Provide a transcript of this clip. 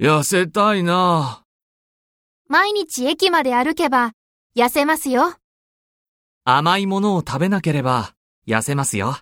痩せたいな。毎日駅まで歩けば痩せますよ。甘いものを食べなければ痩せますよ。